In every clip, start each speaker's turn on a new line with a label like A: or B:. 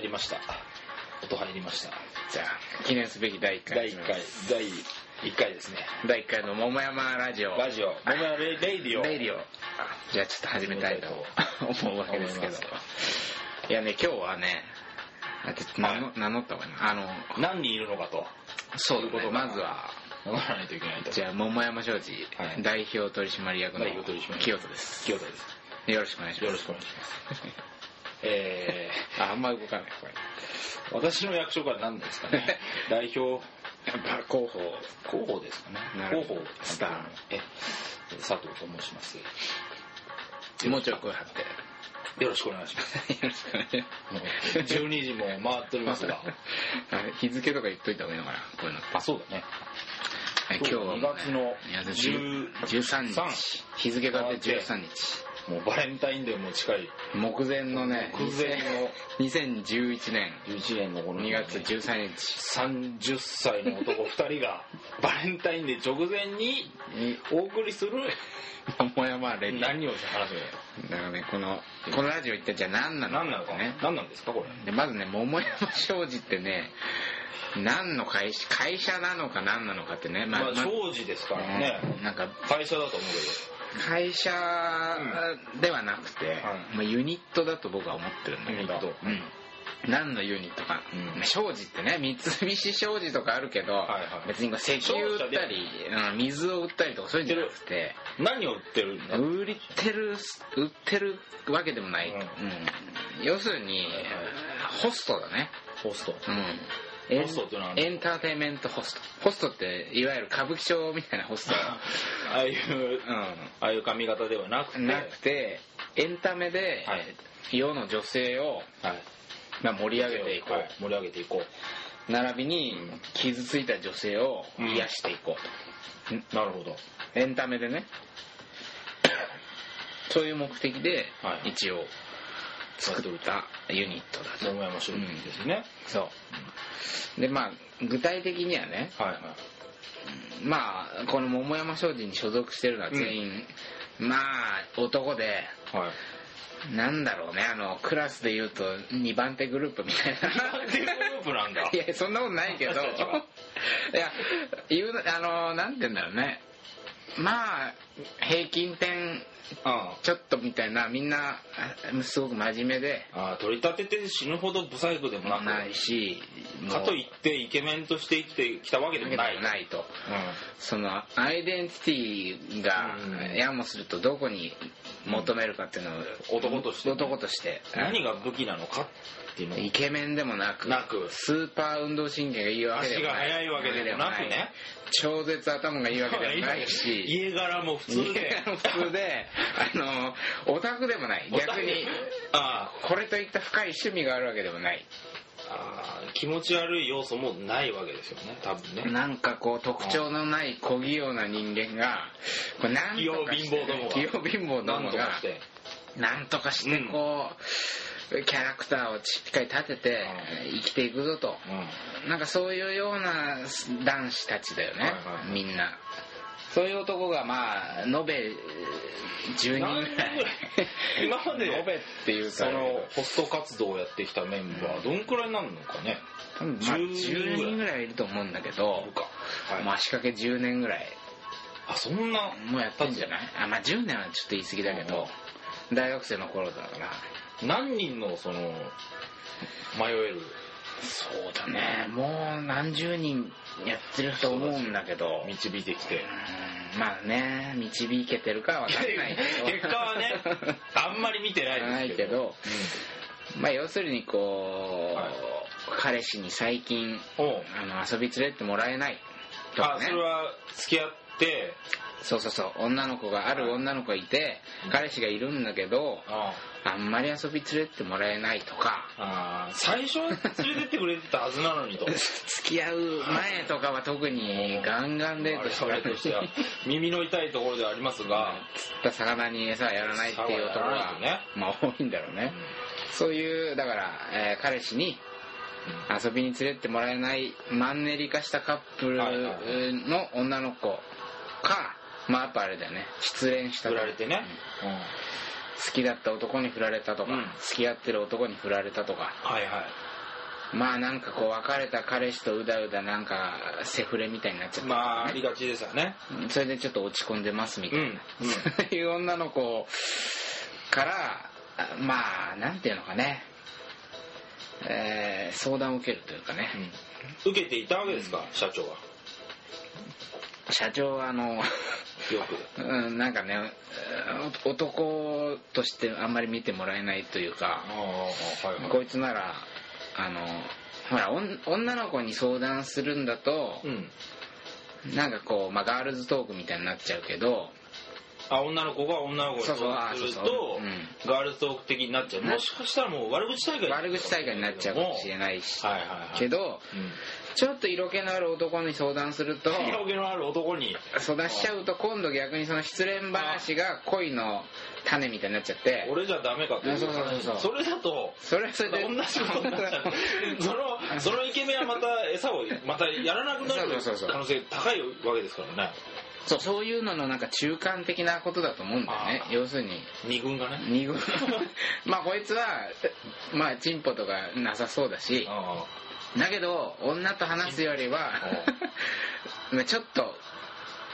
A: りました音入りました
B: じゃあ記念すべき第1回
A: 第1回第1回ですね
B: 第1回の桃山ラジオ
A: ラジオ「ももやレレイディオ」
B: レイディオあじゃあちょっと始めたいと思うわけですけど
A: 思いま
B: いやね今日はねあちょっと名乗,、
A: は
B: 名乗った方がいいなあの
A: 何人いるのかと
B: そう
A: いう
B: だ
A: こ
B: ね
A: とか
B: まずは
A: 分からないといけないと
B: じゃあ桃山商事、
A: はい
B: 代表取締役の
A: 代表取締役
B: 清人です
A: 清田です
B: よろしくお願いしま
A: よ
B: す
A: ろしくお願いしますえ
B: ああんま動かないこれ
A: ー、私の役職は何ですか ね代表
B: やっぱ候補
A: 広報ですかね
B: なる
A: 広
B: ほ
A: 報
B: どスター
A: え佐藤と申します
B: もうちょい声張って
A: よろしくお願いします
B: よろしくお願いし
A: もう12時も 回っておりま
B: ま
A: す
B: す あ
A: が
B: れ日付とか言っといた方がいいのかなこういうのって
A: あそうだね
B: はい今日はもうね
A: 2月の
B: いや
A: 10
B: 13日日付が変わって13日
A: もうバレンタインデーも近い
B: 目前のね
A: 目前の
B: 2011年
A: 11年のこの
B: 2月13日
A: 30歳の男2人 がバレンタインデー直前に
B: に
A: お送りする
B: 桃山レディだか
A: 何をした話だよ
B: らねこのこのラジオ一体じゃあ何なの
A: 何な
B: か
A: のか
B: ね
A: 何なんですかこれ
B: でまずね桃山商事ってね何の会社会社なのか何なのかってね
A: まあ
B: まあま
A: 長寿ですから
B: あ
A: ね
B: なんか
A: 会社だと思う
B: 会社ではなくて、まあ、ユニットだと僕は思ってるんだけど
A: ユニット
B: うん何のユニットか、
A: うん
B: まあ商事ってね三菱商事とかあるけ
A: い
B: ど、
A: はい
B: 別にこう石油売ったり、うん水を売ったりとかそういうんじゃなくて
A: けど何を売ってるんだ
B: 売ってる売ってるわけでもない、
A: うん
B: うん要するに、ホストだね、
A: ホスト
B: うん、エン
A: ホストってなんだ
B: エンターテインメントホストホストっていわゆる歌舞伎町みたいな ホスト、
A: ああいう
B: うん、
A: ああいう髪型ではなくて
B: なくてエンタメで
A: はい
B: 世の女性を
A: はい
B: まあ盛り上げていこ
A: はい盛り上げていこ
B: う並びに傷ついた女性を
A: うん
B: 癒していこ
A: うなるほど
B: うエンタメでねそういう目的で
A: はい
B: 一応作ったユニットだと
A: 桃山商品ですね
B: そうでまあ具体的にはね
A: はいはい
B: まあこの桃山商事に所属してるのは全員まあ男で
A: はい。
B: なんだろうねあのクラスでいうと2番手グループみたいな
A: なんていうグループなんだ。
B: いやそんなことない けどい
A: 違う違う
B: や言うなあのなんて言うんだろうねまあ平均点
A: あ
B: ちょっとみたいなみんなあすごく真面目で
A: ああ、取り立てて死ぬほど不細工でもなく、
B: ないしもう
A: かといってイケメンとして生きてきたわけでもない。
B: ないとそのアイデンティティが
A: うん
B: やもするとどこに求めるかっていうのを
A: うん男としてね
B: 男として
A: うん何が武器なのかっていうの
B: イケメンでもなく
A: なく
B: スーパー運動神経がいいわけでもない
A: 足が速いわけでもなくね
B: 超絶頭がいいわけでもないし
A: 家柄も普通 で。
B: 普通であのオタクでもない逆に
A: あ
B: これといった深い趣味があるわけでもない
A: あああ気持ち悪い要素もないわけですよね多分ね
B: なんかこう特徴のない小器用な人間がこうなんとかしてね
A: 器
B: 器
A: 用
B: 用貧乏ど
A: な
B: も
A: んと
B: が
A: かして
B: なんとかしてこうキャラクターをしっかり立てて生きていくぞと
A: うん
B: なんかそういうような男子たちだよね、
A: はいはい
B: みんな。そういう男がまあ、延べ10人ぐら
A: 何人ぐら
B: い
A: い。今まで
B: 延べっていうか、
A: そのホスト活動をやってきたメンバーどんくらいになるのかね
B: 多分まあ
A: 10人ぐらい
B: 10人ぐらいいると思うんだけど
A: 僕、かはい
B: まあ仕掛け10年ぐらい
A: あそんな
B: もうやってんじゃないあ、まあ10年はちょっと言い過ぎだけど、大学生の頃だから。
A: 何人のその迷える
B: そうだね、もう何十人やってると思うんだけど、う
A: 導いてきて
B: んまあね、導けてるかは分かんないけ ど。
A: 結果はねあんまり見てないですけど
B: ない まあ要するにこう、
A: はい
B: 彼氏に最近
A: うんおう
B: あの遊び連れてってもらえないとか
A: あ
B: ね
A: それは付き合って
B: そうそうそう女の子がある女の子がいて彼氏がいるんだけど
A: あ
B: あんまり遊び連れてってもらえないとか
A: あ最初は連れてってくれてたはずなのにと
B: 付き合う前とかは特にガンガンデートして
A: 我々としては耳の痛いところではありますが、
B: 釣った魚に餌やらないっていう
A: 餌
B: ところ
A: はやらない
B: が
A: とね
B: まあ多いんだろうねそういうだから、えー彼氏に遊びに連れてってもらえないマンネリ化したカップル
A: はいはいは
B: の女の子かまあやっぱあれだよね失恋した
A: 振
B: とから
A: れてね、うん
B: 好きだった男に振られたとか、
A: うん
B: 付き合ってる男に振られたとか
A: はいはい
B: まあなんかこう別れた彼氏とうだうだなんかセフレみたいになっちゃって、
A: まあありがちですよね
B: それでちょっと落ち込んでますみたいな、
A: うんうん
B: そういう女の子からあまあなんていうのかね、えー相談を受けるというかね、
A: 受けていたわけですか、社長は
B: 社長はあの
A: よく
B: うんなんかねお男としてあんまり見てもらえないというか
A: ああはい
B: こいつならあのほらおん女の子に相談するんだと、
A: うん
B: なんかこう、まあ、ガールズトークみたいになっちゃうけど
A: あ女の子が女の子に
B: そうそうあ
A: す
B: そう
A: る
B: そう
A: と
B: うん
A: ガールズトーク的になっちゃうもしかしたらもう悪口大会
B: 悪口大会になっちゃうかもしれないし
A: はいはいはい
B: けど
A: うん
B: ちょっと色気のある男に相談すると
A: 色気のある男に
B: 相談しちゃうと今度逆にその失恋話が恋の種みたいになっちゃって
A: 俺じゃダメかという
B: そうそうそうそう
A: それだと
B: それはそれで
A: 同じことになっちゃ うそのそのイケメンはまた餌をまたやらなくなる
B: そうそうそうそう
A: 可能性高いわけですからね
B: そうそういうののなんか中間的なことだと思うんだよね
A: あー
B: 要するに
A: 二軍がね
B: 二軍 まあこいつはまあチンポとかなさそうだし
A: あ
B: だけど女と話すよりはまあ ちょっと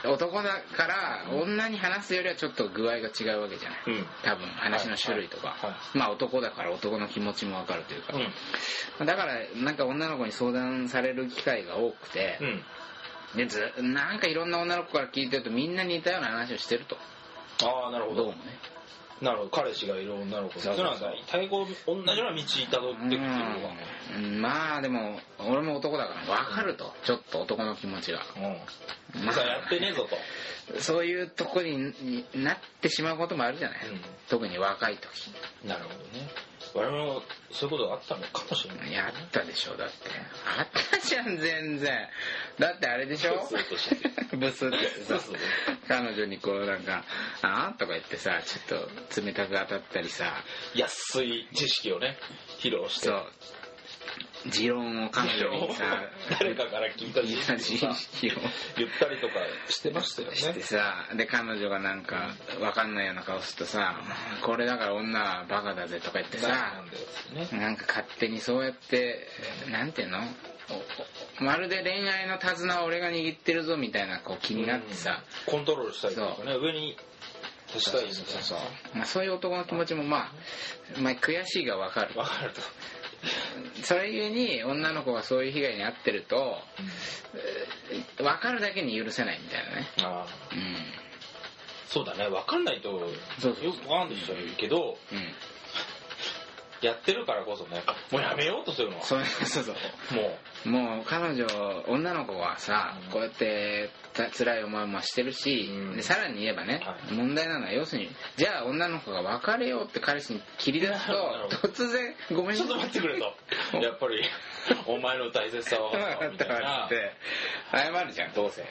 B: 男だから女に話すよりはちょっと具合が違うわけじゃない
A: あうん
B: 多分話の種類とか、
A: はいはいは
B: まあ男だから男の気持ちもわかるというか、
A: う
B: だからなんか女の子に相談される機会が多くて、
A: んうん
B: でずなんかいろんな女の子から聞いてるとみんな似たような話をしてると
A: ああなるほ
B: どうも
A: ど
B: ね
A: なるほど彼氏がいる女の子そ
B: そ
A: うう
B: そう
A: なんだ対抗同じような道辿ってくっていうのが
B: うんまあでも俺も男だからわかるとちょっと男の気持ちが、
A: うん
B: ま
A: さあやってねえぞと
B: あ、そういうとこにになってしまうこともあるじゃない、
A: うん
B: 特に若い時
A: なるほどね我々もそういうことがあったのかもしれない
B: やったでしょだってあったじゃん全然だってあれでしょ
A: ブスッとして
B: ブスってさ
A: ブスね
B: 彼女にこうなんか「ああ?」とか言ってさちょっと冷たく当たったりさ
A: 安い知識をね披露して
B: そう持論を彼女にさ
A: 誰かから聞いた知
B: 知
A: 識をさ
B: 識を
A: 言ったりとかしてましたよね
B: してさで彼女がなんかわかんないような顔するとさ「これだから女はバカだぜ」とか言って
A: な
B: さ
A: んだよね
B: なんか勝手にそうやってなんていうのおおまるで恋愛の手綱を俺が握ってるぞみたいなこう気になってさ、
A: コントロールしたりとかね上に足したいみたいなさ
B: まあ、そういう男の気持ちもまあ、まあ、悔しいがわかる
A: 分かると
B: それゆえに女の子がそういう被害に遭ってるとわかるだけに許せないみたいなね
A: ああ
B: う
A: そうだね分かんないとよ
B: そうそう
A: くわかんない人はいるけど
B: んうん
A: やってるからこそねもうやめようとするのは
B: そうそうそう
A: もう
B: もう彼女女の子はさ、
A: うん
B: こうやってた辛い思いもしてるし、
A: うん
B: でさらに言えばね、
A: はい
B: 問題なのは要するにじゃあ女の子が別れようって彼氏に切り出す
A: なるほど
B: と突然「ごめん
A: ちょっと待ってくれ と。やっぱり、お前の大切さは分かるみ
B: だ
A: た
B: か
A: い
B: ら
A: な
B: っ。て謝るじゃんどうせ
A: う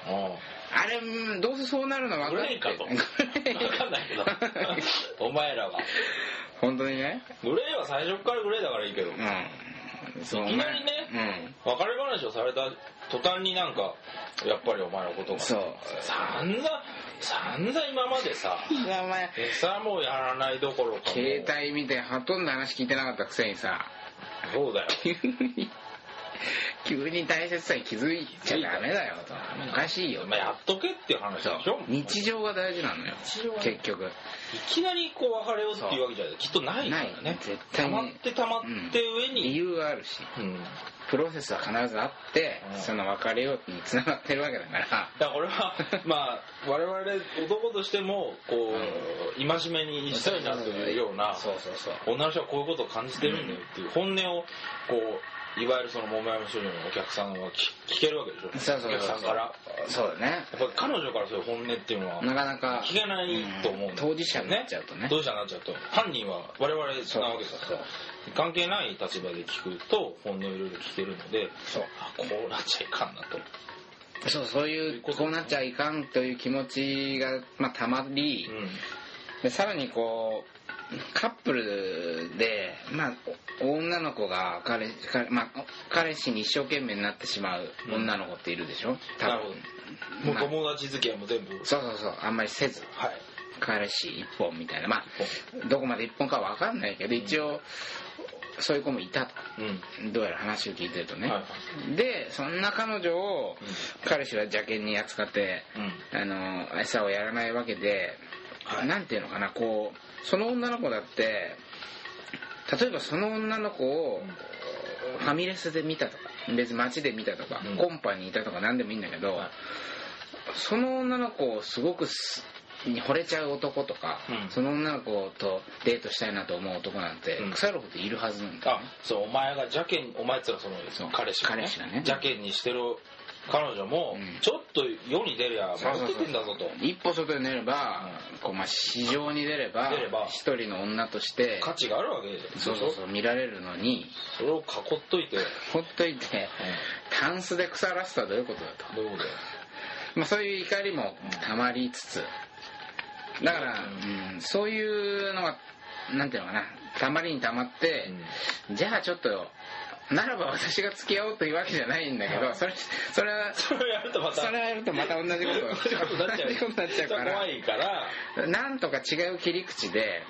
B: あれうんどうせそうなるの分
A: ん。
B: か
A: グ
B: っ
A: レ
B: て
A: ーか と。分かんないけど。お前らは。
B: 本当にね
A: グレーは最初からグレーだからいいけど。
B: うんそう
A: いきなりね
B: お前うん
A: 別れ話をされた途端になんか、やっぱりお前のことが。
B: そ
A: 散
B: う
A: 々、散々今まで さ、
B: いやお前
A: さもうやらないどころかもう。
B: 携帯見てほとんど話聞いてなかったくせにさ
A: そうだよ。
B: 急に急に大切さに気づいちゃダメだよとおかしいよ
A: まあやっとけっていう話でし
B: そう
A: ょ。
B: 日常が大事なのよ
A: 日常が
B: 結局
A: いきなりこう別れようっていうわけじゃきっとないから
B: ない
A: ね。
B: 絶対
A: 溜
B: に
A: まって溜まって上
B: 理
A: に。
B: 由があるし
A: うん
B: プロセスは必ずあって
A: うん
B: その別れようにつながってるわけだから
A: だから俺 はまあ我々男としてもこう戒めにしたいなというような
B: そうそうそう
A: 女の人はこういうことを感じてるんだよっていう本音をこういわゆるそのもめあいもするようなお客さんは聞聞けるわけでしょ
B: そうそう
A: お客
B: そ
A: さ
B: うん
A: からや
B: そうだね
A: っぱり彼女からそういう本音っていうのは
B: なかなか
A: 聞けないと思うんだよね、
B: ん当事者になっちゃうとね
A: 当事者になっちゃうと犯人は我々なわけですから
B: そう
A: 関係ない立場で聞くと本音をいろいろ聞けるので
B: そう
A: あこうなっちゃいかんなと
B: そうそういうこうなっちゃいかんという気持ちがまあたまり、
A: うん
B: でさらにこうカップルで、まあ、お女の子が彼彼,、まあ、彼氏に一生懸命になってしまう女の子っているでしょ、多
A: なる
B: 分
A: ほど
B: まあ
A: もう友達付き合いも全部
B: そうそうそうあんまりせず
A: はい
B: 彼氏一本みたいなまあどこまで一本かわかんないけど一応、そういう子もいたと
A: うん
B: どうやら話を聞いてるとね、
A: はい
B: でそんな彼女を彼氏は邪険に扱って
A: うん
B: あの餌をやらないわけで、
A: はい
B: なんていうのかなこうその女の子だって例えばその女の子をファミレスで見たとか別に街で見たとか、
A: うん
B: コンパにいたとか何でもいいんだけど、
A: はい
B: その女の子をすごくすに惚れちゃう男とか、
A: うん
B: その女の子とデートしたいなと思う男なんて
A: うん
B: 腐るほどいるはずなんだよ
A: あ
B: ね、
A: そうお前が邪険お前っつうのはそ
B: そう
A: の彼氏が
B: 彼氏がね
A: 邪険にしてる彼女も
B: うん
A: ちょっと世に出りゃ
B: そうそう
A: 守っ
B: そう
A: てくんだぞと
B: 一歩外に出れば、こうまあ、市場に出れば
A: 出れば
B: 一人の女として
A: 価値があるわけで
B: そうそうそう見られるのに
A: それを囲っといて
B: ほっといてタンスで腐らせたらどういうことだと、
A: どういうこと
B: まあ、そういう怒りもたまりつつだから、うんそういうのがなんていうのかなたまりにたまって、じゃあちょっとならば私が付き合おうというわけじゃないんだけど、
A: はい
B: それそれは
A: それをやるとまた
B: それをやるとまた同じこと
A: 同じことに なっちゃう
B: 同じことになっちゃうから
A: 怖いから
B: なんとか違う切り口で、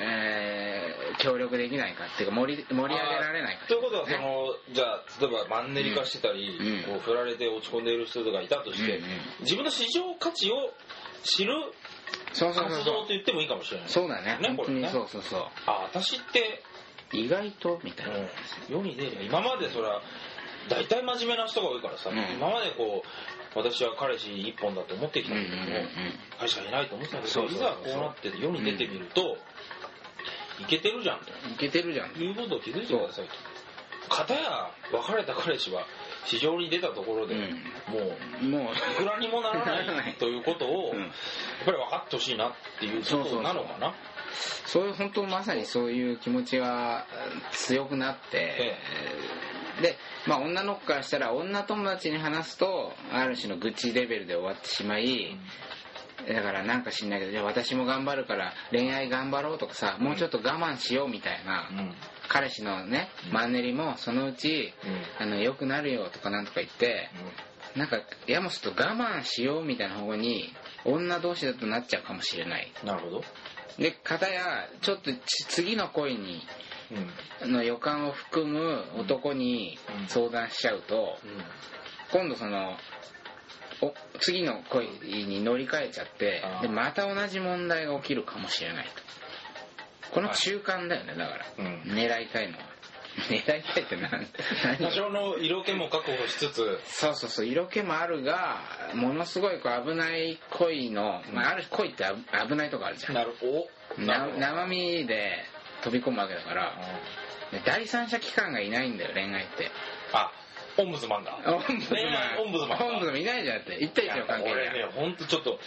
B: えー協力できないかっていうか盛り盛り上げられないか
A: ということはそのじゃあ例えばマンネリ化してたり
B: うん
A: こう振られて落ち込んでいる人がいたとして
B: うんうん
A: 自分の市場価値を知る
B: そうそうそう
A: 活動
B: そ
A: と
B: う
A: 言ってもいいかもしれない
B: そうだね
A: ね
B: 本当に
A: これね
B: そうそうそう
A: あ私って
B: 意外とみたいな、
A: うん世に出るよ今までそれは大体真面目な人が多いからさ、
B: うん
A: 今までこう私は彼氏一本だと思ってきたけども、
B: うんうんうんうん
A: 彼氏がいないと思ってたけど
B: そうそうそうそう
A: いざこうなって世に出てみると、いけてるじゃんと
B: いけてるじゃん
A: いうことを気づいてくださいと片や別れた彼氏は市場に出たところで、
B: うん
A: もう
B: も
A: いくらにもなら
B: なら
A: な
B: ないい
A: ということを、
B: うん
A: やっぱり分かってほしいなっていうこ
B: そうそうそ
A: と
B: う
A: なのかな
B: うそういう本当まさにそういう気持ちがうん強くなって、
A: え
B: で、まあ、女の子からしたら女友達に話すとある種の愚痴レベルで終わってしまい、だからなんか知んないけどじゃあ私も頑張るから恋愛頑張ろうとかさもうちょっと我慢しようみたいな、
A: うん
B: 彼氏のねマンネリもそのうち、あの良くなるよとかなんとか言ってなんかやもすると我慢しようみたいな方向に女同士だとなっちゃうかもしれない
A: うんなるほど、
B: で片やちょっとち次の恋に
A: うんうん
B: の予感を含む男に
A: うん
B: 相談しちゃうと今度そのお次の恋に乗り換えちゃって
A: あー
B: でまた同じ問題が起きるかもしれないとこの中間だよねだから、
A: うん
B: 狙いたいのは 狙いたいって何何
A: 多少の色気も確保しつつ、
B: そうそうそう色気もあるがものすごいこう危ない恋の、まあ、ある恋ってあ危ないとこあるじゃん
A: なるお
B: な
A: るほど
B: 生身で飛び込むわけだから
A: う
B: で第三者機関がいないんだよ恋愛って
A: んあオンブズマンだ
B: オンブズマ
A: 恋愛
B: ン
A: オンブズマンだ
B: オンブズマンいないじゃんって一対一の関係
A: 俺ね本当ちょっと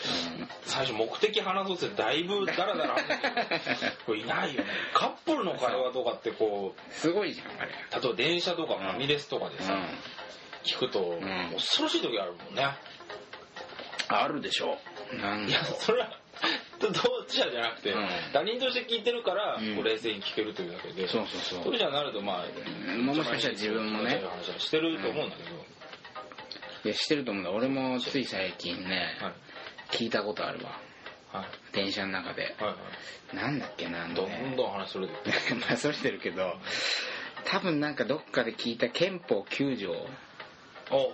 A: 最初目的話そうってだいぶダラダラ話してたけどこれいないよねカップルの会話とかってこう
B: すごいじゃん あれ
A: 例えば電車とかファミレスとかでさ、聞くと、
B: ん
A: 恐ろしい時あるもんね
B: あるでしょなん
A: い
B: だ
A: や
B: ろ
A: それは当事者じゃなくて、
B: うん
A: 他人として聞いてるから、
B: うん
A: こう冷静に聞けるというだけで
B: うそうそうそ
A: 当
B: う
A: 事者になるとまあ
B: もしかしたら自分もね
A: 話はしてると思うんだけど、
B: いやしてると思うんだ俺もつい最近ね
A: はい
B: 聞いたことあるわ
A: はい
B: 電車の中で
A: はいは
B: なんだっけなあ
A: い。
B: の
A: ど
B: ね
A: んどん話それで。
B: まあそれてるけど多分なんかどっかで聞いた憲法9条
A: おは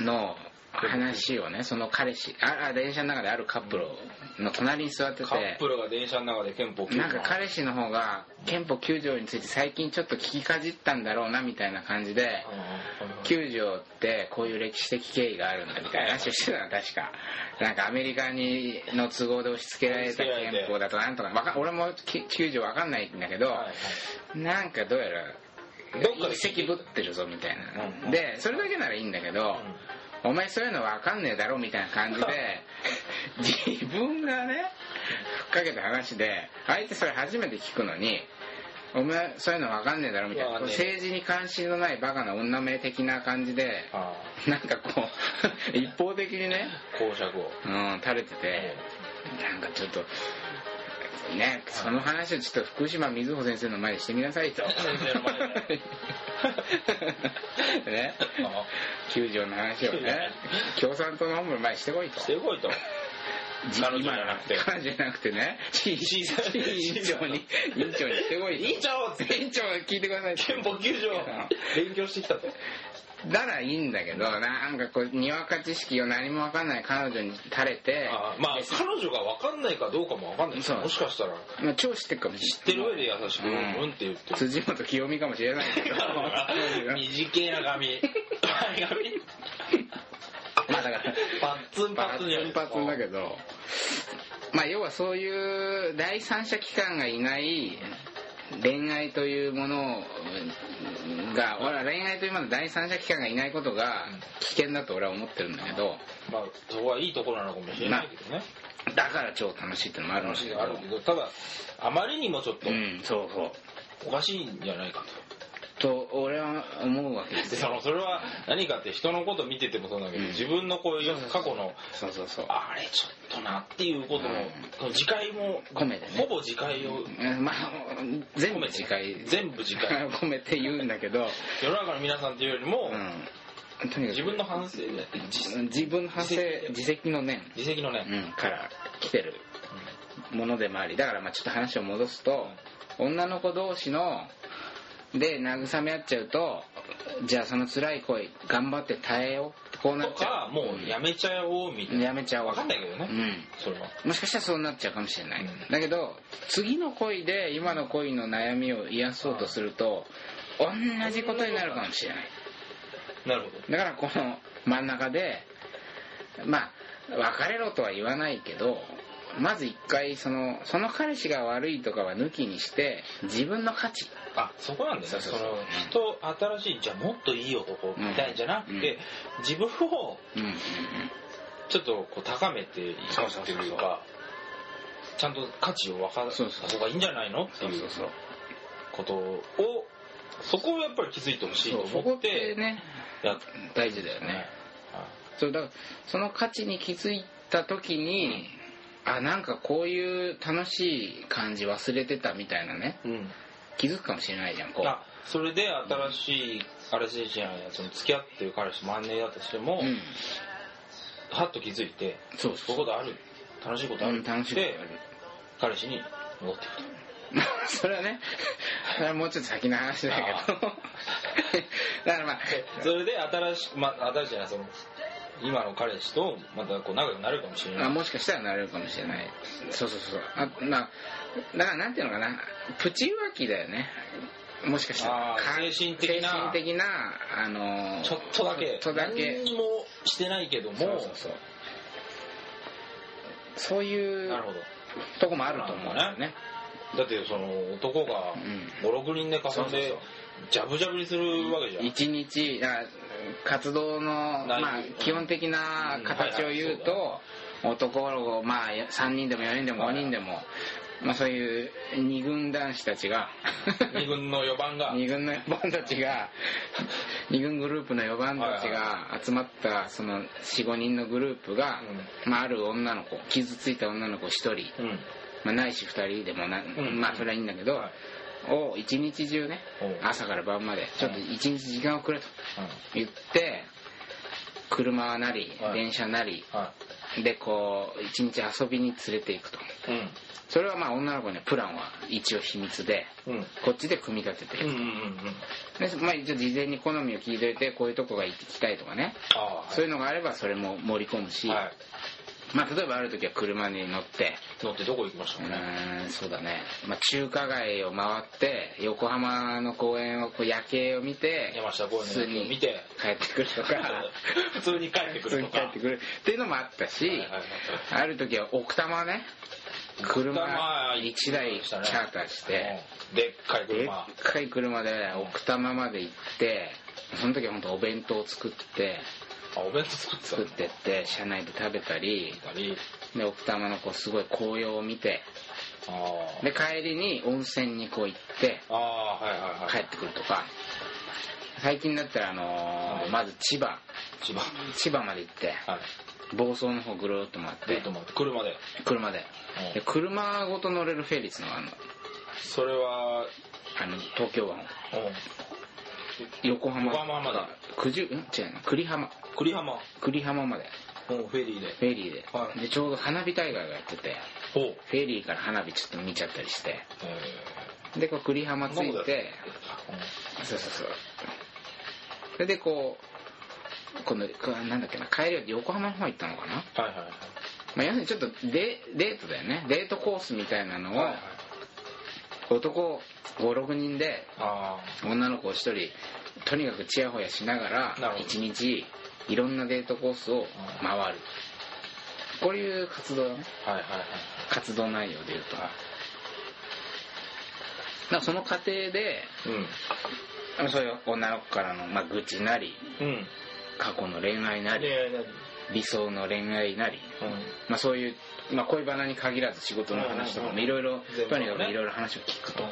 A: い
B: の話をねその彼氏ああ電車の中であるカップルの隣に座って
A: カッ
B: て
A: プルが電車の中で憲法
B: なんか彼氏の方が憲法9条について最近ちょっと聞きかじったんだろうなみたいな感じで9条ってこういう歴史的経緯があるんだみたいな話をしてたの確かなんかアメリカにの都合で押し付けられた憲法だとなんとかわか俺も9条わかんないんだけど、なんかどうやら
A: どっかで
B: 一石ぶってるぞみたいな、
A: うん
B: でそれだけならいいんだけど、お前そういうの分かんねえだろみたいな感じで自分がねふっかけた話で相手それ初めて聞くのにお前そういうの分かんねえだろみたいな、
A: わかんねえ
B: 政治に関心のないバカな女名的な感じで
A: あ
B: なんかこう 一方的にね、
A: あ公爵を。
B: うん、垂れててなんかちょっとねその話をちょっと福島みずほ先生の前でしてみなさいと
A: 先生の前
B: ね
A: あ
B: 球場の話をね共産党の本部の前にしてこいと
A: してこいと。彼女じゃなくて
B: 彼女じゃなくてね、委員長に、委員長にし てこいと。
A: 委員長っつって
B: 委員長聞いてくださいって
A: 憲法9条勉強してきたと
B: ならいいんだけど、なんかこう、にわか知識を何もわかんない彼女に垂れて、
A: あーまあ彼女が分かんないかどうかも分かんないし
B: そう
A: もしかしたら
B: まあ、超知ってるかも
A: 知
B: し
A: ってる上で優しく「うんうん」って言ってる
B: 辻元清美かもしれないけ ど
A: 短いな 髪前髪
B: まあだから、
A: パッツンパ
B: パ
A: ッツンじゃない
B: ツンパツンだけど、まあ要はそういう第三者機関がいない恋愛というものが、俺は恋愛というもの第三者機関がいないことが危険だと俺は思ってるんだけど、
A: まあそこはいいところなのかもしれないけどね
B: だから超楽しいってのもあるんだ
A: 話
B: け
A: があるけどただあまりにもちょっと
B: ど、うん、そうそう。
A: おかしいんじゃないかと
B: と俺は思うわけで
A: ですそ
B: よ。
A: のそれは何かって人のこと見ててもそうだけど
B: うん
A: 自分のこういう過去の
B: そうそうそう。
A: あれちょっとなっていうこともその自戒も
B: 込めてね
A: ほぼ自戒を
B: うんまあ、全部次回、
A: 全部自 戒
B: 込めて言うんだけど、
A: 世の中の皆さんというよりも
B: うん。とにか
A: 自
B: く
A: 分の反省で自
B: 自分反省
A: 自責
B: 自責の念、
A: 自責のね
B: うん、から来てるものでもありだからまあちょっと話を戻すと女の子同士ので慰め合っちゃうとじゃあその辛い恋頑張って耐えようこうな
A: と
B: っちゃ
A: かもうやめちゃおうみた
B: う
A: いな
B: やめちゃおう
A: 分かんないけど
B: う
A: ね
B: ん
A: それは
B: もしかしたらそうなっちゃうかもしれな
A: う
B: い、
A: ん
B: だけど次の恋で今の恋の悩みを癒そうとすると同じことになるかもしれない
A: なるほど
B: だからこの真ん中でまあ別れろとは言わないけどまず一回そのその彼氏が悪いとかは抜きにして自分の価値
A: あそこなんだ
B: そ
A: よ
B: う
A: ね
B: そ
A: そう
B: そう
A: の人新しいじゃあもっといい男みたいじゃなくて、自分を
B: うんうんうん
A: ちょっとこう高めていく
B: そうそう
A: って
B: そうそう
A: いうかちゃんと価値を分か
B: そう
A: っ
B: そう
A: た方がいいんじゃないのって
B: そう
A: い
B: そううそう
A: ことをそこをやっぱり気づいてほしいと
B: そこ
A: 思
B: っ
A: ってて
B: ね
A: やっ
B: 大事だよ
A: た
B: ねそうだからその価値に気づいた時にあなんかこういう楽しい感じ忘れてたみたいなね
A: うん
B: 気づくかもしれないじゃんこ
A: あそれで新しい彼氏じゃないその付き合ってる彼氏マンネリだとしても、
B: ううん
A: はっと気づいて
B: そう
A: そ
B: そう
A: いうことある楽しいことあ
B: う
A: る、
B: ん楽しいこと
A: で
B: ある
A: 彼氏に戻っていくと
B: まあ それはね、それはもうちょっと先の話だけど。 だからまあ、
A: それで新し,、まあ、新しいなその今の彼氏とまたこう仲良くなれるかもしれ
B: ま
A: な
B: あ、
A: い、
B: もしかしたらなれるかもしれない。そうそうそう。あまあ、だからなんていうのかな、プチ浮気だよね。もしかしたら
A: あ。ー精神的な
B: 精神的な、あのー
A: ちょっとだけ
B: ちょっとだけ
A: 何。にもしてないけども
B: そうそうそう。そういう
A: なるほど
B: とこもあると思うんだよね。
A: だってその男が
B: ん
A: 56人で囲ん
B: そうそう
A: で
B: そう
A: ジャブジャブにするわけじゃん
B: 一日だから活動の、
A: 内容
B: まあ、基本的な形を言う
A: うん
B: と、男の子、まあ、3人でも4人でも5人でも、まあ、そういう二軍男子たちが
A: 2軍の4番が
B: 二軍の4番たちが二軍グループの4番たちが集まったその45人のグループが、まあ、ある女の子傷ついた女の子1人、
A: うんうん
B: まあ、ないし2人でもな、
A: ん
B: まあそれはいいんだけど、
A: はい
B: を一日中ね
A: お
B: 朝から晩までちょっと一日時間をくれと。
A: は
B: 言って車なり
A: はい
B: 電車なりでこう一日遊びに連れていくと
A: い
B: それはまあ女の子にはプランは一応秘密で
A: うんうん
B: こっちで組み立てて
A: うんうんうんうん
B: で、まあ、一応事前に好みを聞いといてこういうとこが行きたいとかね
A: ああはい
B: そういうのがあればそれも盛り込むし、
A: はい
B: まあ、例えばある時は車に乗って
A: 乗ってどこ行きました
B: う
A: かね
B: ーんそうだね、まあ、中華街を回って横浜の公園をこう夜景を見て
A: 山下公園の夜景を見て
B: 普通に帰ってくるとか
A: 普通に帰ってく
B: 普通
A: る
B: に
A: と
B: 帰っ
A: か
B: てくるっていうのもあったし、
A: はいはい
B: ある時は奥多摩ね車
A: 奥多摩行き
B: 1
A: ま
B: 台チ
A: した
B: ャ
A: ね
B: ーターして
A: うんでっかい
B: でっ
A: 車
B: かい車で奥多摩まで行ってその時は本当お弁当を作って
A: あお弁当作ってた
B: 作ってって車内で食べたり
A: たり
B: で奥多摩のこうすごい紅葉を見て
A: ああ
B: で帰りに温泉にこう行って
A: ああはいはいはい、
B: 帰ってくるとか最近だったらあのーまず千葉
A: 千葉
B: 千葉まで行って
A: はい
B: 房総の方ぐるーっと回っ
A: デー
B: て
A: トも車で
B: 車で
A: うん
B: で車ごと乗れるフェリーっつうのがあるの
A: それは
B: あの東京湾を
A: うん
B: 横浜
A: 横浜まで
B: 九十ん違うな栗浜
A: 栗浜
B: 栗浜まで
A: もうフェリーで。
B: フェリーで、
A: はい
B: でちょうど花火大会がやってて
A: ほう。
B: フェリーから花火ちょっと見ちゃったりして
A: え
B: でこう栗浜着
A: そんなこ
B: い
A: とや
B: てそうそうそうそれでこうこのこうなんだっけな帰りは横浜の方行ったのかな、
A: ーはいはいはい。
B: まあ、要するにちょっとデデートだよねデートコースみたいなのを
A: はいはい
B: 男56人で
A: あ
B: 女の子を一人とにかくチヤホヤしなが
A: な
B: ら
A: るほど
B: 一日いろんなデートコースを回るこういう活動だね
A: あ。はいはいはい。
B: 活動内容でいうとだからその過程でそういう女の子からの、まあ、愚痴なり
A: うん。うん。
B: 過去の恋愛なり
A: え、何
B: 理想の恋愛なり、
A: うん。
B: まあ、そういう、まあ、恋バナに限らず仕事の話とか
A: うん
B: も
A: うんうん
B: いろいろ
A: 全部
B: と
A: ね
B: にかくいろいろ話を聞くと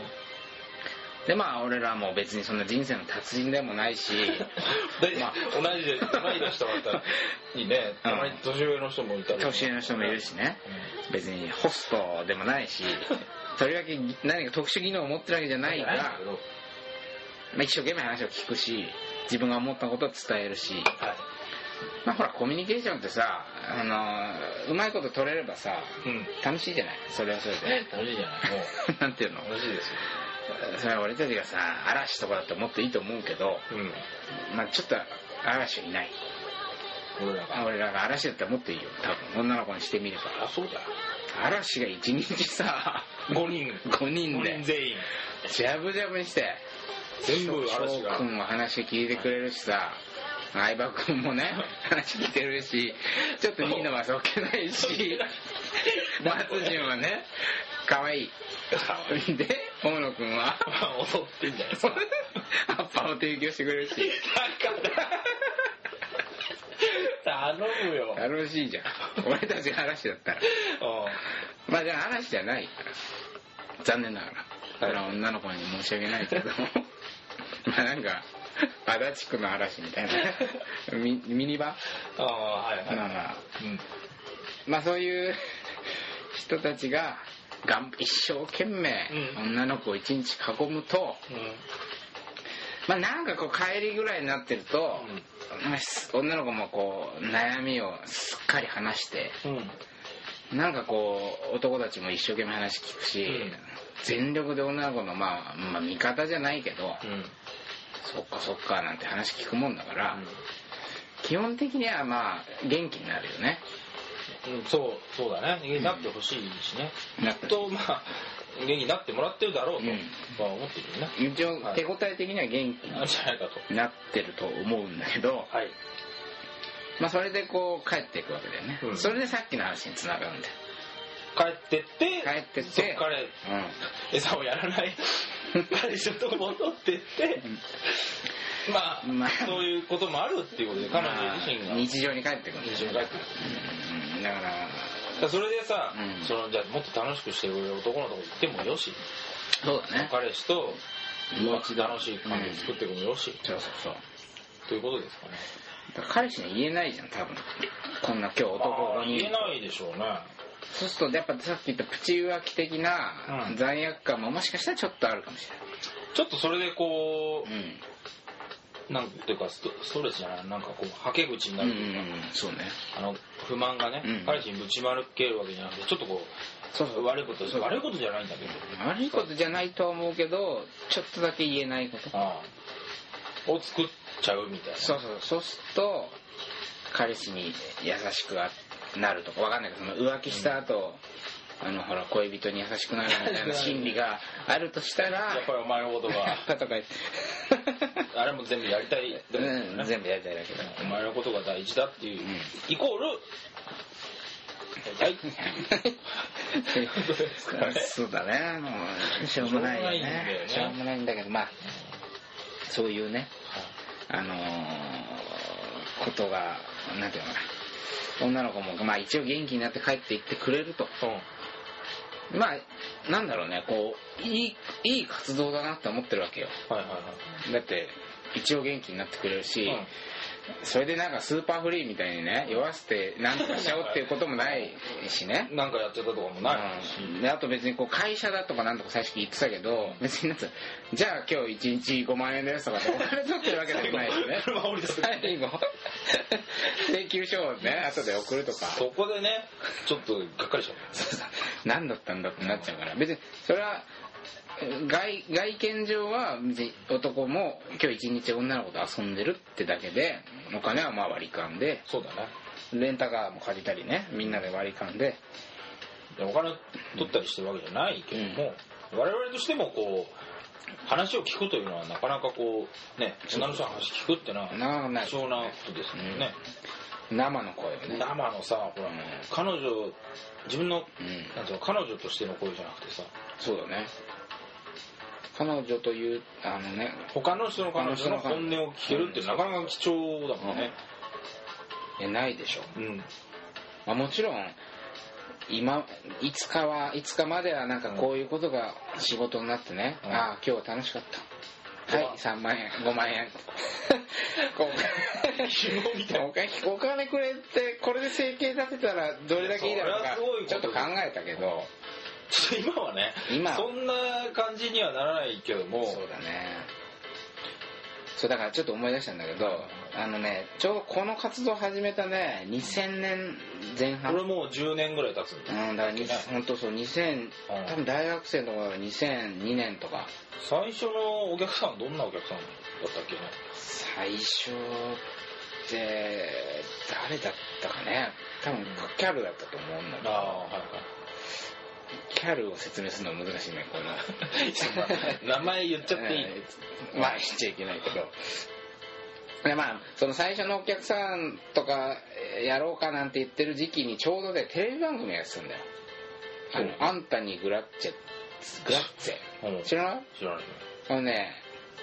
B: でまあ俺らも別にそんな人生の達人でもないし
A: で、
B: まあ
A: 同じで、同い年とかだったら、いいね。たまに年上の人もいたら。
B: 年上の人もいるしね別にホストでもな いしとりわけ何か特殊技能を持ってるわけじゃ
A: うん。
B: ないから、
A: けど。
B: まあ、一生懸命話を聞くし自分が思ったことを伝えるし
A: はい。
B: まあほらコミュニケーションってさあのーうまいこと取れればさ
A: うん。
B: 楽しいじゃないそれは それで
A: 楽しいじゃない。も
B: なんていうの
A: う、楽しいですよ。
B: それは俺たちがさ嵐とかだともっといいと思うけど、
A: うん。
B: まあ、ちょっと嵐はいない
A: 俺らが。
B: 俺らが嵐だったらもっといいよ多分女の子にしてみれば
A: あ、そうだ。
B: 嵐が一日さ
A: 5人。
B: 5人
A: 5
B: で
A: 人全 員。
B: ジャブジャブにして
A: 全部
B: 翔
A: 嵐が。
B: くんも話聞いてくれるしさ相葉君もね話聞いてるしちょっとニーノはそっけないし松潤はね可愛いで大野君は
A: 踊ってんじゃ ないですか。
B: アッパーを提供してくれるし
A: 頼むよ。
B: 楽しいじゃん俺たちが嵐だったらまあじゃあ嵐じゃないから残念ながらそれは女の子に申し訳ないけどまあなんか足立区の嵐みたいなミミニバ
A: ああ、はい
B: ま
A: は
B: あまあ
A: い。うん。
B: まあそういう人たちががん一生懸命
A: うん
B: 女の子を一日囲むと、まあなんかこう帰りぐらいになってると、まあす女の子もこう悩みをすっかり話して
A: うん。うん。
B: なんかこう男たちも一生懸命話聞くし、
A: うん
B: 全力で女の子の、まあ、まあ味方じゃないけど、
A: うん。
B: そっかそっかなんて話聞くもんだから、基本的にはまあ元気になるよね。
A: うん、そう、そうだね。なってほしいしね。
B: なった
A: と、まあ、元気になってもらってるだろうと
B: うん、
A: まあ思ってるよね。
B: 一応
A: はい
B: 手応え的には元気
A: なんじゃないかと。
B: になってると思うんだけど、
A: はい。
B: まあ、それでこう帰っていくわけだよね、
A: うん
B: それでさっきの話につながるんだよ、
A: 帰ってって、
B: 帰ってって
A: そっから餌をやらない彼氏のとこ戻ってって、まあ、
B: まあ
A: そういうこともあるっていうことで、彼女自身が。
B: まあ日常に帰ってくるんだよ
A: 日常に帰ってくる
B: うんだから
A: だからそれでさ、
B: うん
A: そのじゃあもっと楽しくしてくれる男のとこ行ってもよし、
B: そうだね
A: 彼氏と
B: もう一度
A: 楽しい関係作っていくのもよし、
B: そうそうそう
A: ということですかね。
B: だから彼氏に言えないじゃん多分こんな今日男
A: ま
B: 5
A: あ言え
B: 人
A: ないでしょうね。
B: そうするとやっぱさっき言ったプチ浮気的な
A: うん
B: 罪悪感ももしかしたらちょっとあるかもし
A: ちょっとそれでこ
B: れない、うん
A: う、なんていうかスト、ストレスじゃない、なんかこう、はけ口にな
B: うん
A: る
B: う
A: と
B: ん
A: いうか、
B: うんそうね
A: あの、不満がね、
B: うん
A: 彼氏にぶちまけるわけじゃなくて、ちょっとこう、
B: そうそう
A: 悪いこと
B: そう
A: 悪いことじゃないんだけど、
B: 悪いことじゃないとは思うけどちょっとだけ言えないこと
A: ああを作っちゃうみたいな。
B: そうそうそうすると彼氏に優しくなるとかわかんないけどその浮気した後、あのほら恋人に優しくなるみたいな心理があるとしたら
A: やっぱりお前のこと
B: や
A: が、
B: っぱとか言って
A: あれも全部やりたい。でもね
B: うん、全部やりたいだけど
A: お前のことが大事だっていう、
B: うん
A: イコール、はい、すかね
B: そうだねもうしょうもないよ
A: しょうもないんだよね
B: ねしょうもないんだけどまあそういうねあのーことがなんていうのかな女の子もまあ一応元気になって帰っていってくれるとまあなんだろうねこういいいい活動だなって思ってるわけよ
A: うん、はいはいはい。
B: だって一応元気になってくれるし、それでなんかスーパーフリーみたいにね酔わせてなんとかしちゃおうっていうこともないしね
A: うん、なんかやってたとかもないし、
B: うんであと別にこう会社だとかなんとか最初言ってたけど別になんかじゃあ今日1日5万円ですとかってお金取ってるわけでもないよね
A: 車降りた時
B: 最後請求書を ね、後で送るとか。
A: そこでね、ちょっとがっかりしちゃっ
B: 何だったんだってなっちゃうから別にそれは外外見上は別に男も今日一日女の子と遊んでるってだけでお金はまあ割り勘で
A: た。そうだね。
B: レンタカーも借りたりねみんなで割り勘で
A: でお金取ったりしてるわけじゃないけども、我々としてもこう、話を聞くというのはなかなかこう、ね、女の人の話聞くってのは、
B: なあない
A: 貴重なことですもんね。
B: 生の声をね
A: 生のさ、ほら、
B: うん
A: 彼女、自分の、
B: うん
A: なんていうの、彼女としての声じゃなくてさ、
B: そうだね彼女というあのね
A: 他の人の彼女の本音を聞けるってなかなか貴重だもんね。
B: いやないでしょ、
A: うん。
B: まあ、もちろん今いつかはいつかまではなんかこういうことが仕事になってね、
A: うん
B: ああ今日は楽しかったはい
A: うん
B: 3万円5万 円こう
A: 紐みたいな
B: お金お金くれてこれで生計立てたらどれだけいいだろうか
A: それはすごいこと
B: ちょっと考えたけど
A: ちょっと今はね
B: 今
A: そんな感じにはならないけども
B: そうだねそうだからちょっと思い出したんだけどあのねちょうどこの活動を始めたね2000年前半
A: これもう10年ぐらい経つんだ
B: うん、だからに
A: ね
B: 本当そう2000
A: うん
B: 多分大学生の頃は2002年とか
A: 最初のお客さんどんなお客さんだったっけね
B: 最初って誰だったかね多分キャルだったと思うんだけ
A: あ
B: ど
A: あは
B: キャルを説明するの難しいね この
A: いはいそんな名前言っちゃっていい、
B: うんまあ言っちゃいけないけどでまあその最初のお客さんとかえーやろうかなんて言ってる時期にちょうどでテレビ番組やってたんだよあの、
A: うん
B: アンタニー・グラッチェグラッツェ
A: うん
B: 知らない
A: 知らない
B: あのね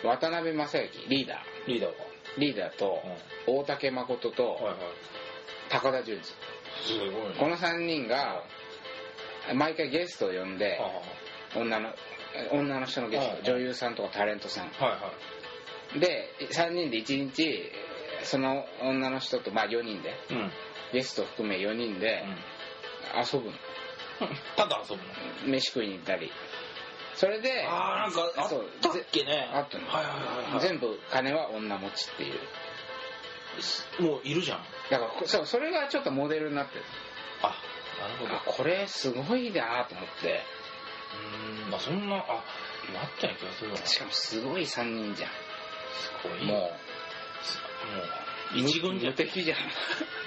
B: 渡辺正行リーダー
A: リーダーか
B: リーダーと大竹誠と
A: はいはい
B: 高田純次
A: すごいね
B: この3人が毎回ゲストを呼んで
A: あ
B: 女の女の人のゲ
A: は
B: ス
A: い
B: ト女優さんとかタレントさん
A: あはいは
B: で3人で1日その女の人とまあ4人で
A: いうん、うん、
B: ゲスト含め4人で遊ぶの
A: ただ遊ぶの
B: 飯食いに行ったりそれで
A: ああなんかあったっけね
B: あったの
A: はいはいはい、は
B: 全部金は女持ちっていう
A: い、もういるじゃん
B: だからこそうそれがちょっとモデルになってる
A: あなるほど
B: あこれすごいなと思って
A: うーんまあそんなあなったような気がするわ
B: しかもすごい3人じゃ
A: すご
B: ん
A: い
B: も
A: う
B: う
A: 一軍じゃ
B: 無
A: ん
B: 敵じゃん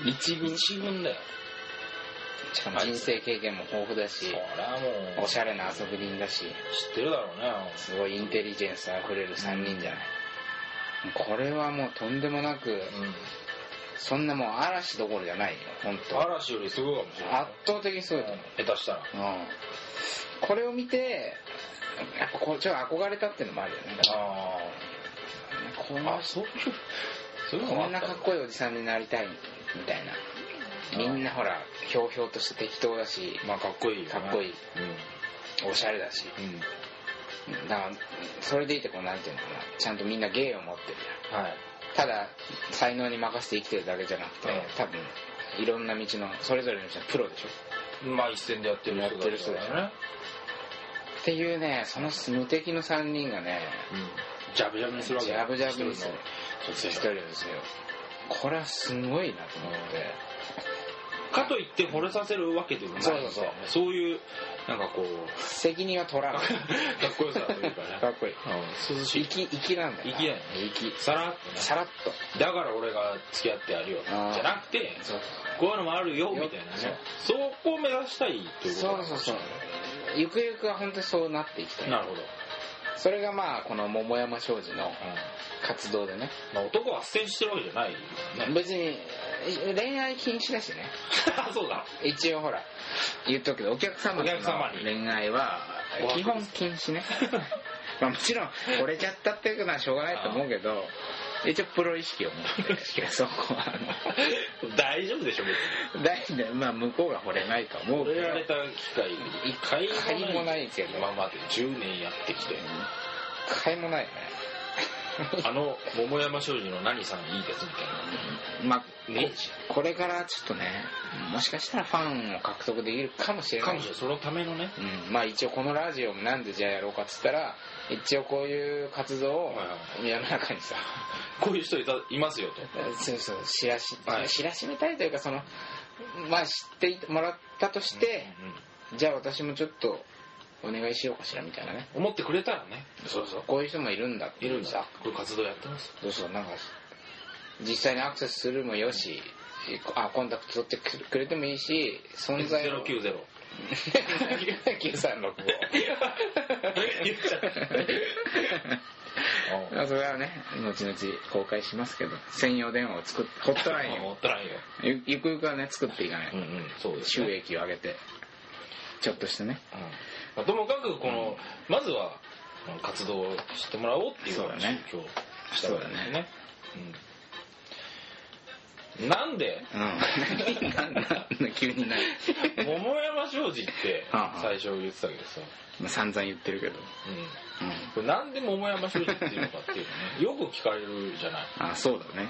B: 一 軍し
A: 一軍だよ
B: かも人生経験も豊富だ
A: そ
B: し
A: りゃもう
B: おしゃれな遊び人だし
A: 知ってるだろうね
B: すごいインテリジェンスあふれる3人じゃないこれはもうとんでもなくそんなもう嵐どころじゃないよ本
A: うん
B: 当
A: 嵐よりすごいかもしれない
B: 圧倒的にそうだと思
A: 下手したら
B: う、うん、これを見てやっぱこっちは憧れたっていうのもあるよね
A: あ
B: こ
A: あ
B: の
A: あそういうそういうのが
B: こ
A: あ
B: ん
A: っ
B: な
A: た
B: かっこいいおじさんになりたいみたいなみんなほらひょうひょうとして適当だし
A: まあかっこいいよね
B: かっこいい
A: うん
B: おしゃれだし
A: うん
B: だからそれでいてこうなんていうのかなちゃんとみんな芸を持ってる
A: はい
B: じゃんただ才能に任せて生きてるだけじゃなくて
A: うん
B: 多分いろんな道のそれぞれの道のプロでしょ
A: まあ一戦でやってる
B: やってる人だよねっていうねその無敵の3人がね
A: うんジャブジャブにするわけ
B: ジャブジャブにする
A: 一
B: 一
A: 人
B: 人
A: の
B: ですよこれはすごいなと思って
A: かといって惚れさせるわけでもない
B: そうそうそう
A: そういうなんかこう
B: 責任は取ら
A: か
B: な
A: っ
B: い
A: こよさという かね
B: かっこいい
A: うん涼しい
B: 粋粋なんだよな
A: 粋だよね
B: 粋
A: さらっとね
B: さらっと
A: だから俺が付き合ってやるよじ
B: あー
A: ゃなくて
B: そう
A: こういうのもあるよみたいなねそこを目指したいっていうこと
B: そうそうそうゆくゆくは本当にそうなっていきたい
A: なるほど、
B: それがまあこの桃山商事の
A: うん
B: 活動でね
A: まあ、男は斡旋してるわけじゃないよね
B: 別に恋愛禁止だしね
A: そうだ
B: 一応ほら言っとくけどお客様
A: お
B: との
A: 客様に
B: 恋愛は
A: お枠
B: 基本禁止ね まあもちろん折れちゃったっていうのはしょうがないと思うけど一応プロ意識を持ってるそこは
A: 大丈夫でしょ別に
B: あの大丈夫まあ向こうが惚れないと思うけ
A: 惚
B: ど
A: れられた機会
B: 一回もないけど
A: 今まで10年やってきて
B: 買いもないね
A: あの桃山商事の何さんいいですみたい
B: まあ
A: なねえし
B: これからちょっとねもしかしたらファンを獲得できるかもしれな
A: か
B: い
A: もしれないそのためのね
B: うん、まあ一応このラジオもなんでじゃあやろうかっつったら一応こういう活動を世の中にさ、
A: こういう人いたいますよと
B: そうそう知らし、
A: はい
B: 知らしめたいというかそのまあ知ってもらったとして、
A: うんうん
B: じゃあ私もちょっとお願いしようかしらみたいなね
A: 思ってくれたらねそうそう
B: こういう人もいるんだって
A: いるん
B: さ
A: だこういう活動やってます
B: そうそうなんか実際にアクセスするもよし、あコンタクト取ってくれてもいいし存在を
A: 090
B: 9365
A: 言っちゃ った
B: まあそれはね後々公開しますけど専用電話を作ってホットライ ン
A: 持
B: を
A: ったらんよ
B: ゆゆくゆくはね作っていかない、
A: うんうんそうです
B: 収
A: ね
B: 益を上げてちょっとしてね
A: うんまあともかくこのまずは活動を知ってもらおうっていう
B: そうだ
A: 話を
B: ね
A: 今日したわけですねうんなんで
B: うん なんだ急にない
A: 桃山商事って
B: はあはあ
A: 最初言ってたけどさ
B: まあ散々言ってるけど、
A: うん
B: うん、
A: これなんで桃山商事っていうのかっていうの ねよく聞かれるじゃない
B: あそうだね、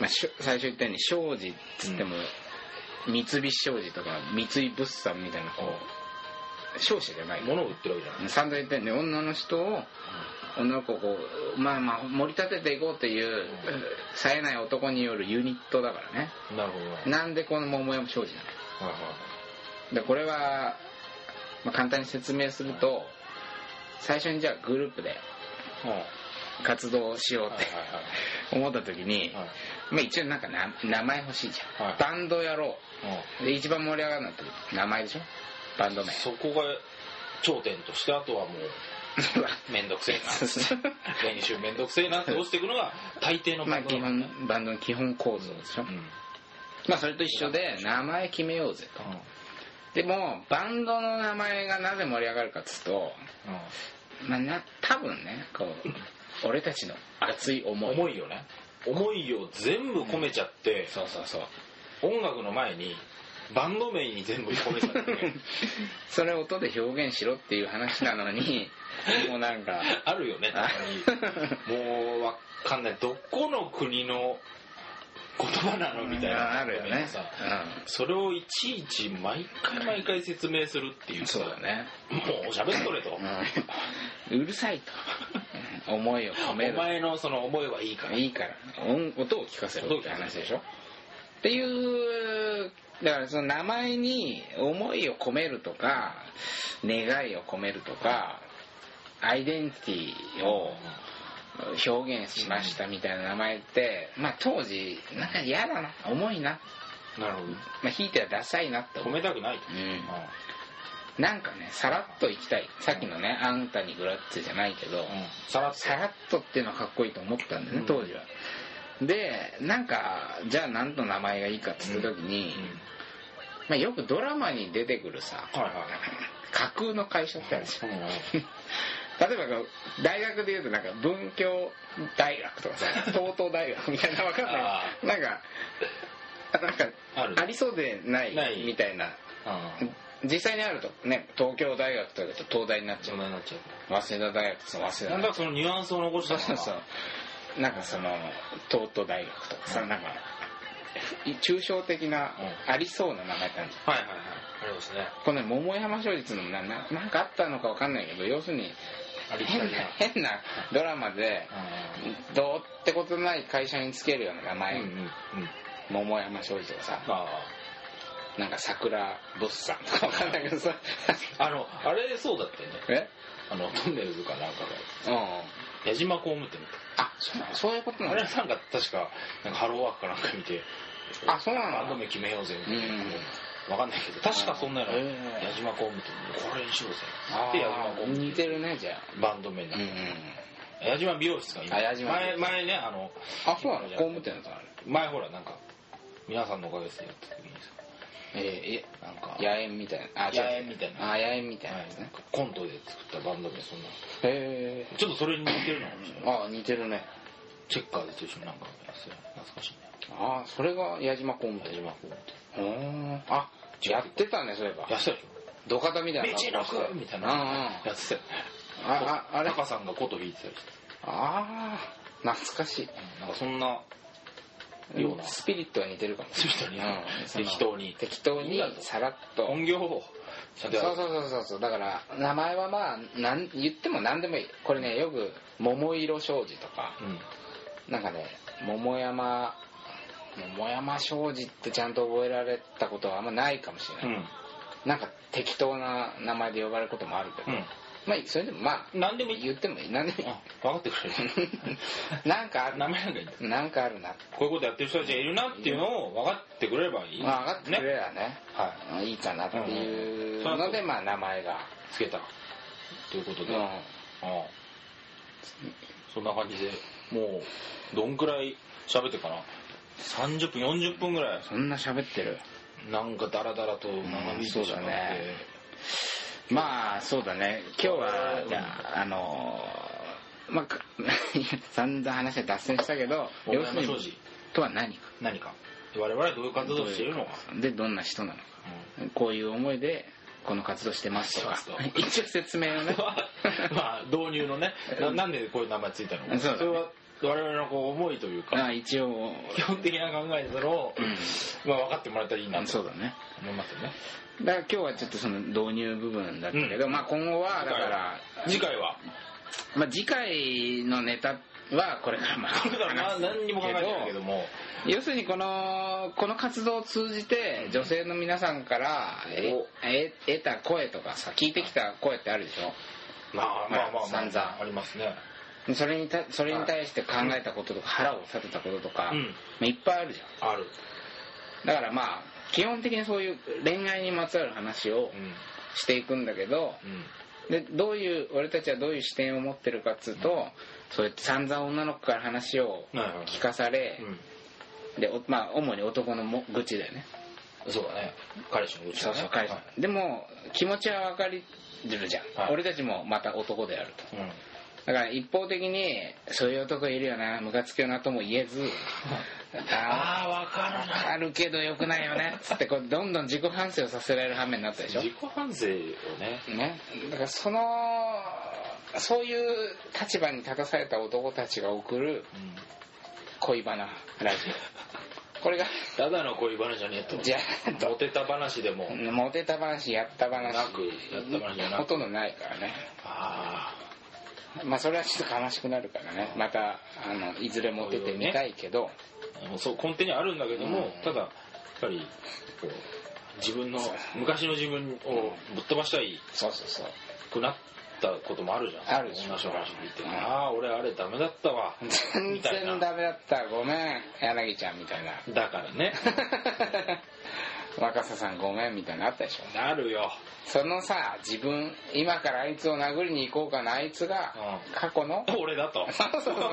B: まあ、しょ最初言ったように庄司っつっても、三菱商事とか三井物産みたいなこ
A: こ
B: う商社じゃないう
A: 物を売ってるわけじゃない
B: 散々言ったように女の人を女の子をこうまあまあ盛り立てていこうという冴えない男によるユニットだからね
A: なるほどなはい
B: なんでこの桃山商事なのでこれは、まあ、簡単に説明すると最初にじゃあグループで
A: はい
B: 活動をしよ
A: は
B: う
A: い
B: っ
A: は
B: て思った時
A: い
B: に、
A: はいはい
B: まあ、一応なんかな名前欲しいじゃん、
A: はい
B: バンドやろ
A: うん
B: うで一番盛り上がるのって名前でしょバンド名
A: そこが頂点としてあとはもう面倒くせえ
B: そうそう
A: な練習面倒くせえなって落ちていくのが大抵の
B: ま
A: バ
B: あ
A: ンド
B: 基
A: なんだね
B: 本バンドの基本構造でしょ、まあそれと一緒で名前決めようぜとでもバンドの名前がなぜ盛り上がるかっつうとまあな多分ねこう俺たちの熱い
A: うん
B: 思い
A: 思いよね思いを全部込めちゃって、
B: そうそうそう
A: 音楽の前にバンド名に全部込めちゃってね
B: それを音で表現しろっていう話なのにもうなんか
A: あるよねたまにもうわかんないどこの国の言葉なのみたいな
B: あるよね
A: さそれをいちいち毎回毎回説明するっていううんさ
B: そうだね
A: もうしゃべっとれと、
B: うんうるさいとうん思いを込め
A: お
B: る
A: 前のその思いはいいから
B: いいから音音を聞かせろって話でしょっていうだからその名前に思いを込めるとか願いを込めるとかアイデンティティを表現しましたみたいな名前って、まあ、当時なんか嫌だな重いな、
A: なるほ
B: まあ、ひいてはダサいなって
A: ど
B: 思
A: 褒
B: う、
A: めたくないと、
B: うん
A: うん、は
B: なんかねさらっといきたいさっきのね「あんたにグラッツェ」じゃないけど、
A: さらっと
B: さらっとっていうのはかっこいいと思ったんだよね、
A: うん
B: 当時はでなんかじゃあ何の名前がいいかっつった時に、まあ、よくドラマに出てくるさ
A: はいはい
B: 架空の会社ってあるじゃん
A: うんうん
B: 例えばこう大学でいうとなんか文教大学と かさ東東大学みたいなわかんな
A: あ
B: いなんかなんか
A: ある
B: ありそうでない
A: ない
B: みたいな実際にあるとね東京大学とかだと東大になっちゃ
A: そんなになっちゃ
B: う早稲田大学とか早
A: う
B: 稲
A: なんだ
B: 田大
A: かそのニュアンスを残した
B: 学
A: の
B: そうそう
A: う
B: そうなんかその東都大学とかさなんか抽象的な
A: う
B: ありそうな名前ってあるじゃん
A: はいはいはいありますね
B: このね桃山商事のなななんかあったのかわかんないけど要するに
A: ありきた
B: 変
A: り
B: な変なドラマでどうってことない会社につけるような名
A: なうん
B: 前、
A: うんうん
B: 桃山商事とかさ
A: あ
B: なんか桜物産とかわかんないけどさ
A: ああのあれそうだってね
B: え
A: あのトンネルズかなんかが
B: うん
A: 矢島工務店
B: あそうなのそういうことな
A: あ
B: の
A: れなんか確かなんかハローワークかなんか見て
B: あそうな
A: バンド
B: の
A: 名決めようぜみたいな、
B: うん
A: わかんないけど確かそんなの
B: うん
A: 矢島公務店これにしようぜ
B: あ
A: で矢島公
B: ー
A: 務
B: 似てるねじゃ
A: バンド名に
B: あ
A: な
B: うん
A: っ
B: うん
A: て、矢島美容室が今
B: あ矢島
A: 前前ねあの
B: あそうなの工務店だったのあれ
A: 前ほらなんか皆さんのおかげですよって時にさ
B: え
A: なんか
B: ー、え野縁みたいなあ違う
A: 野縁みたいな
B: あ野縁みたいな
A: は
B: や
A: い
B: つ
A: なん
B: ね
A: かコントで作ったバンド名そんな
B: へ
A: ちょっとそれに似てるのかもしれない
B: えあ似てるね
A: チェッカーズと一緒になんかやってたよ懐かしいね
B: ああそれが矢島工務
A: 矢
B: 店
A: 島公務店
B: うーんあやってたねそういえば
A: やってたでし
B: 土方みたいな
A: ょ道のくみたいな
B: うんうん
A: やってたよ
B: あああれ
A: タカさんが琴弾いてたりして
B: ああ懐かしい
A: なんかそんなような
B: スピリットは似てるかもしれない
A: スピリットは似てる
B: その
A: 適当に
B: 適当にさらっと
A: 音量をちゃんと
B: そう
A: や
B: そう
A: る
B: そうそうそうだから名前はまあなん言っても何でもいいこれねよく「桃色商事」とか
A: うん
B: なんかね桃山桃山商事ってちゃんと覚えられたことはあんまないかもしれない、なんか適当な名前で呼ばれることもあるけど、
A: うん
B: まあそれでもまあ
A: うん何でもいい
B: 言ってもいい何でもい
A: あ分かってくれる
B: い なんかある
A: 名前なんかいいんだ
B: なんかあるな
A: こういうことやってる人たちがいるなっていうのを分かってくれればいい
B: まあ上がってくれ
A: ね
B: りゃね
A: はい
B: あいいかなっていう
A: うん
B: のでまあ名前が
A: つけたということで、
B: うん
A: ああそんな感じでもうどんくらい喋ってるかな30分40分ぐらい
B: そんな喋ってる
A: なんかダラダラと長引いてしまって、
B: うんそうだねまあそうだね今日は
A: うん
B: じゃああのーまあか 散々話は脱線したけど
A: 大山庄司
B: とは何か
A: 何か我々はどういう活動をしているのか
B: でどんな人なのか
A: う
B: こういう思いでこの活動してますとか
A: そうそう
B: 一応説明を ね
A: ん まあ導入のねななんでこういう名前ついたのか
B: そうだね
A: れは我々のこう思いというか
B: あ一応
A: 基本的な考えそれを、まあ、分かってもらえたらいいなと
B: そうだね
A: 思いますよね
B: だから今日はちょっとその導入部分だったけど、まあ今後はだから
A: 次回は
B: まあ、次回のネタはこれからまあ
A: これからな何にも考えてないけども
B: 要するにこのこの活動を通じて女性の皆さんからええ得た声とかさ聞いてきた声ってあるでし
A: まあまあまあまあ
B: 散々
A: ありますね
B: ょそれにたそれに対して考えたこととか腹を立てたこととか、
A: うん
B: まあ、いっぱいあるじゃん
A: ある
B: だからまあ基本的にそういう恋愛にまつわる話を
A: うん
B: していくんだけどでどういう俺たちはどういう視点を持ってるかっつうと、そうやって散々女の子から話を
A: うんはいはいはい
B: 聞かされ、でおまあ主に男のも愚痴だよね
A: うんそうだね彼氏のうち
B: そ
A: だ
B: う
A: ね
B: そう返す
A: はい
B: でも気持ちは分かりるじゃん、
A: はい
B: 俺たちもまた男であると
A: うん
B: だから一方的にそういう男いるよなムカつくよなとも言えずあ
A: ああ分かる
B: あ
A: な
B: あるけどよくないよねっつってこうどんどん自己反省をさせられる反面になったでしょ
A: 自己反省をね
B: ねだからそのそういう立場に立たされた男たちが送る
A: うん
B: 恋バナラジオこれが
A: ただの恋話じゃねえと
B: じゃあ
A: モテた話でも
B: モテた話やった話
A: なくやった話じゃなく
B: ほとんどないからね
A: あ
B: まあそれはちょっと悲しくなるからねまたあのいずれモテてみたいけど
A: あもうそう根底にあるんだけども
B: うん
A: ただやっぱりこう自分の昔の自分をぶっ飛ばしたい
B: そうそうそう
A: くなったこともあるじゃん
B: あるでしょ
A: 同じ話聞いて
B: うん
A: ああ俺あれダメだったわ
B: 全
A: みたいな
B: 然ダメだったごめん柳ちゃんみたいな
A: だからね
B: 若狭さんごめんみたいなのあったでしょ
A: なるよ
B: そのさ自分今からあいつを殴りに行こうかなあいつが
A: う
B: 過 去の
A: 俺だと
B: そうそうそうそう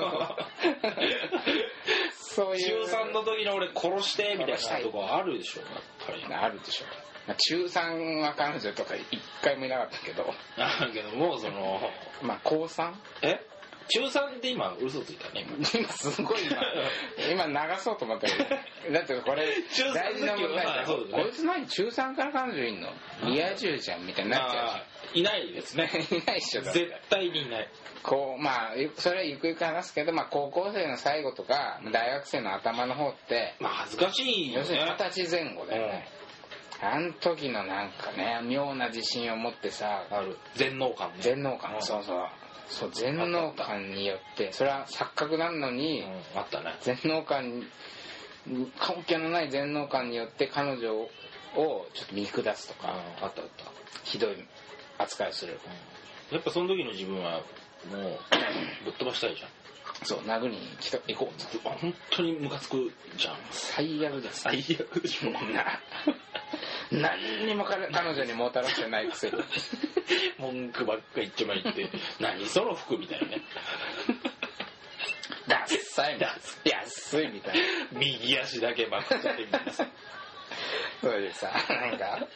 B: そうい
A: 中
B: う
A: 3の時の俺殺してみたい
B: 殺した
A: ないとこあるでしょやっぱり
B: あるでしょまあ中3は彼女とか一回もいなかったけど
A: だけどもその
B: まあ高 3?
A: え中3って今嘘ついたね今
B: 今すごい 今今流そうと思ったけどだってこれ
A: 中三
B: 大事な問題だ
A: の時はまあそうだね
B: こいつ何中3から彼女いんの宮中じゃんみたいになっちゃう
A: まあいないですね
B: し いないっしょだって
A: 絶対にいない
B: こうまあそれはゆくゆく話すけど、まあ、高校生の最後とか大学生の頭の方って
A: まあ恥ずかしいよ
B: 要するに
A: ね
B: 二十歳前後だよね、あん時のなんかね妙な自信を持ってさ
A: ある全能感ね
B: 全能感、
A: うん
B: そうそうそう全能感によってそれは錯覚なのに、
A: うんあったね
B: 全能感に関係のない全能感によって彼女をちょっと見下すとか
A: ああったあった
B: ひどい扱いをする
A: やっぱその時の自分はもうぶっ飛ばしたいじゃん
B: そう殴りに来た行こう
A: あ本当にムカつくじゃん
B: 最悪です
A: 最悪でしょ
B: な何にも彼彼女にもたらしてないくせに
A: 文句ばっか一丁前言 って何その服みたいなね
B: ダッサいみたいな安いみたいな
A: 右足だけばっかりみたいなさ
B: それでさなんか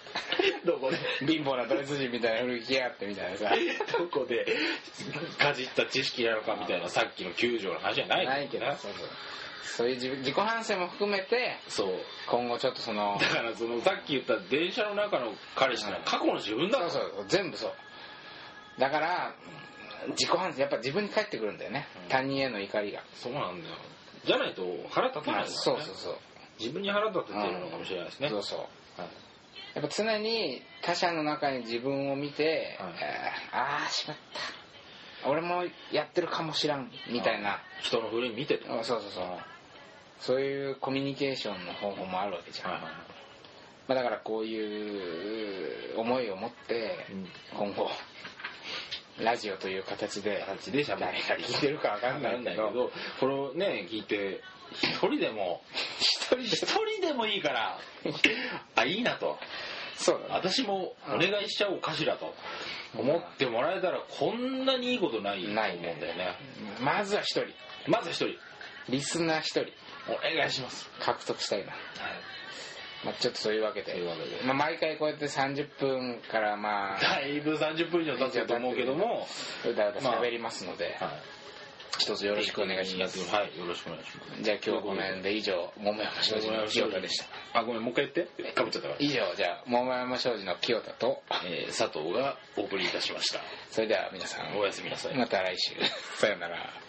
A: どこで
B: 貧乏なドレス人みたいな古着着やがってみたいなさ
A: どこでかじった知識なのかみたいなさっきの救助の話じゃない
B: ないけどそうそうそういう自分自己反省も含めて
A: そう
B: 今後ちょっとその
A: だからそのさっき言った電車の中の彼氏ってのは過去の自分だ
B: そうそう全部そうだから自己反省やっぱ自分に返ってくるんだよね、
A: うん
B: 他人への怒りが、
A: そうなんだよじゃないと腹立たない
B: ま
A: んだ
B: あ
A: よね
B: そうそうそう
A: 自分に腹立ててるのかもしれないですね
B: そうそう
A: はい
B: やっぱ常に他者の中に自分を見て、
A: はい
B: えーああしまった俺もやってるかもしらんみたいな、
A: 人の振り見てと
B: うんそうそうそうそういうコミュニケーションの方法もあるわけじゃん、
A: はいはい
B: まあ、だからこういう思いを持って
A: うん
B: 今後ラジオという形で
A: 形で喋る
B: 誰が聞いてるかわかんない
A: んだ
B: け
A: け
B: ど
A: どこれをね聞いて一人でも
B: 一人で
A: 一人でもいいからあいいなと
B: そうだね
A: 私もお願いしちゃおうかしらと思ってもらえたらこんなにいいことないと思うんだ
B: ない
A: よ
B: ね
A: ね
B: まずは一人
A: まず一人
B: リスナー一人
A: お願いします
B: 獲得したいな、
A: は
B: まあ、ちょっとそういうわけで
A: いというわけで
B: まあ、毎回こうやって30分からまあ
A: だいぶ30分以上経ってると思うけども、
B: うだうだ喋りますので、
A: はい
B: 一つよろしくお願いします
A: はい、よろしくお願いします。
B: じゃあ今日はこの辺で以上桃山商事の清田でした
A: た。あ、ごめん、もう一回言って。かぶっちゃったから。
B: 以上じゃあ桃山商事の清田と
A: えー、佐藤がお送りいたしました。
B: それでは皆さん
A: おやすみなさい。
B: また来週 さよなら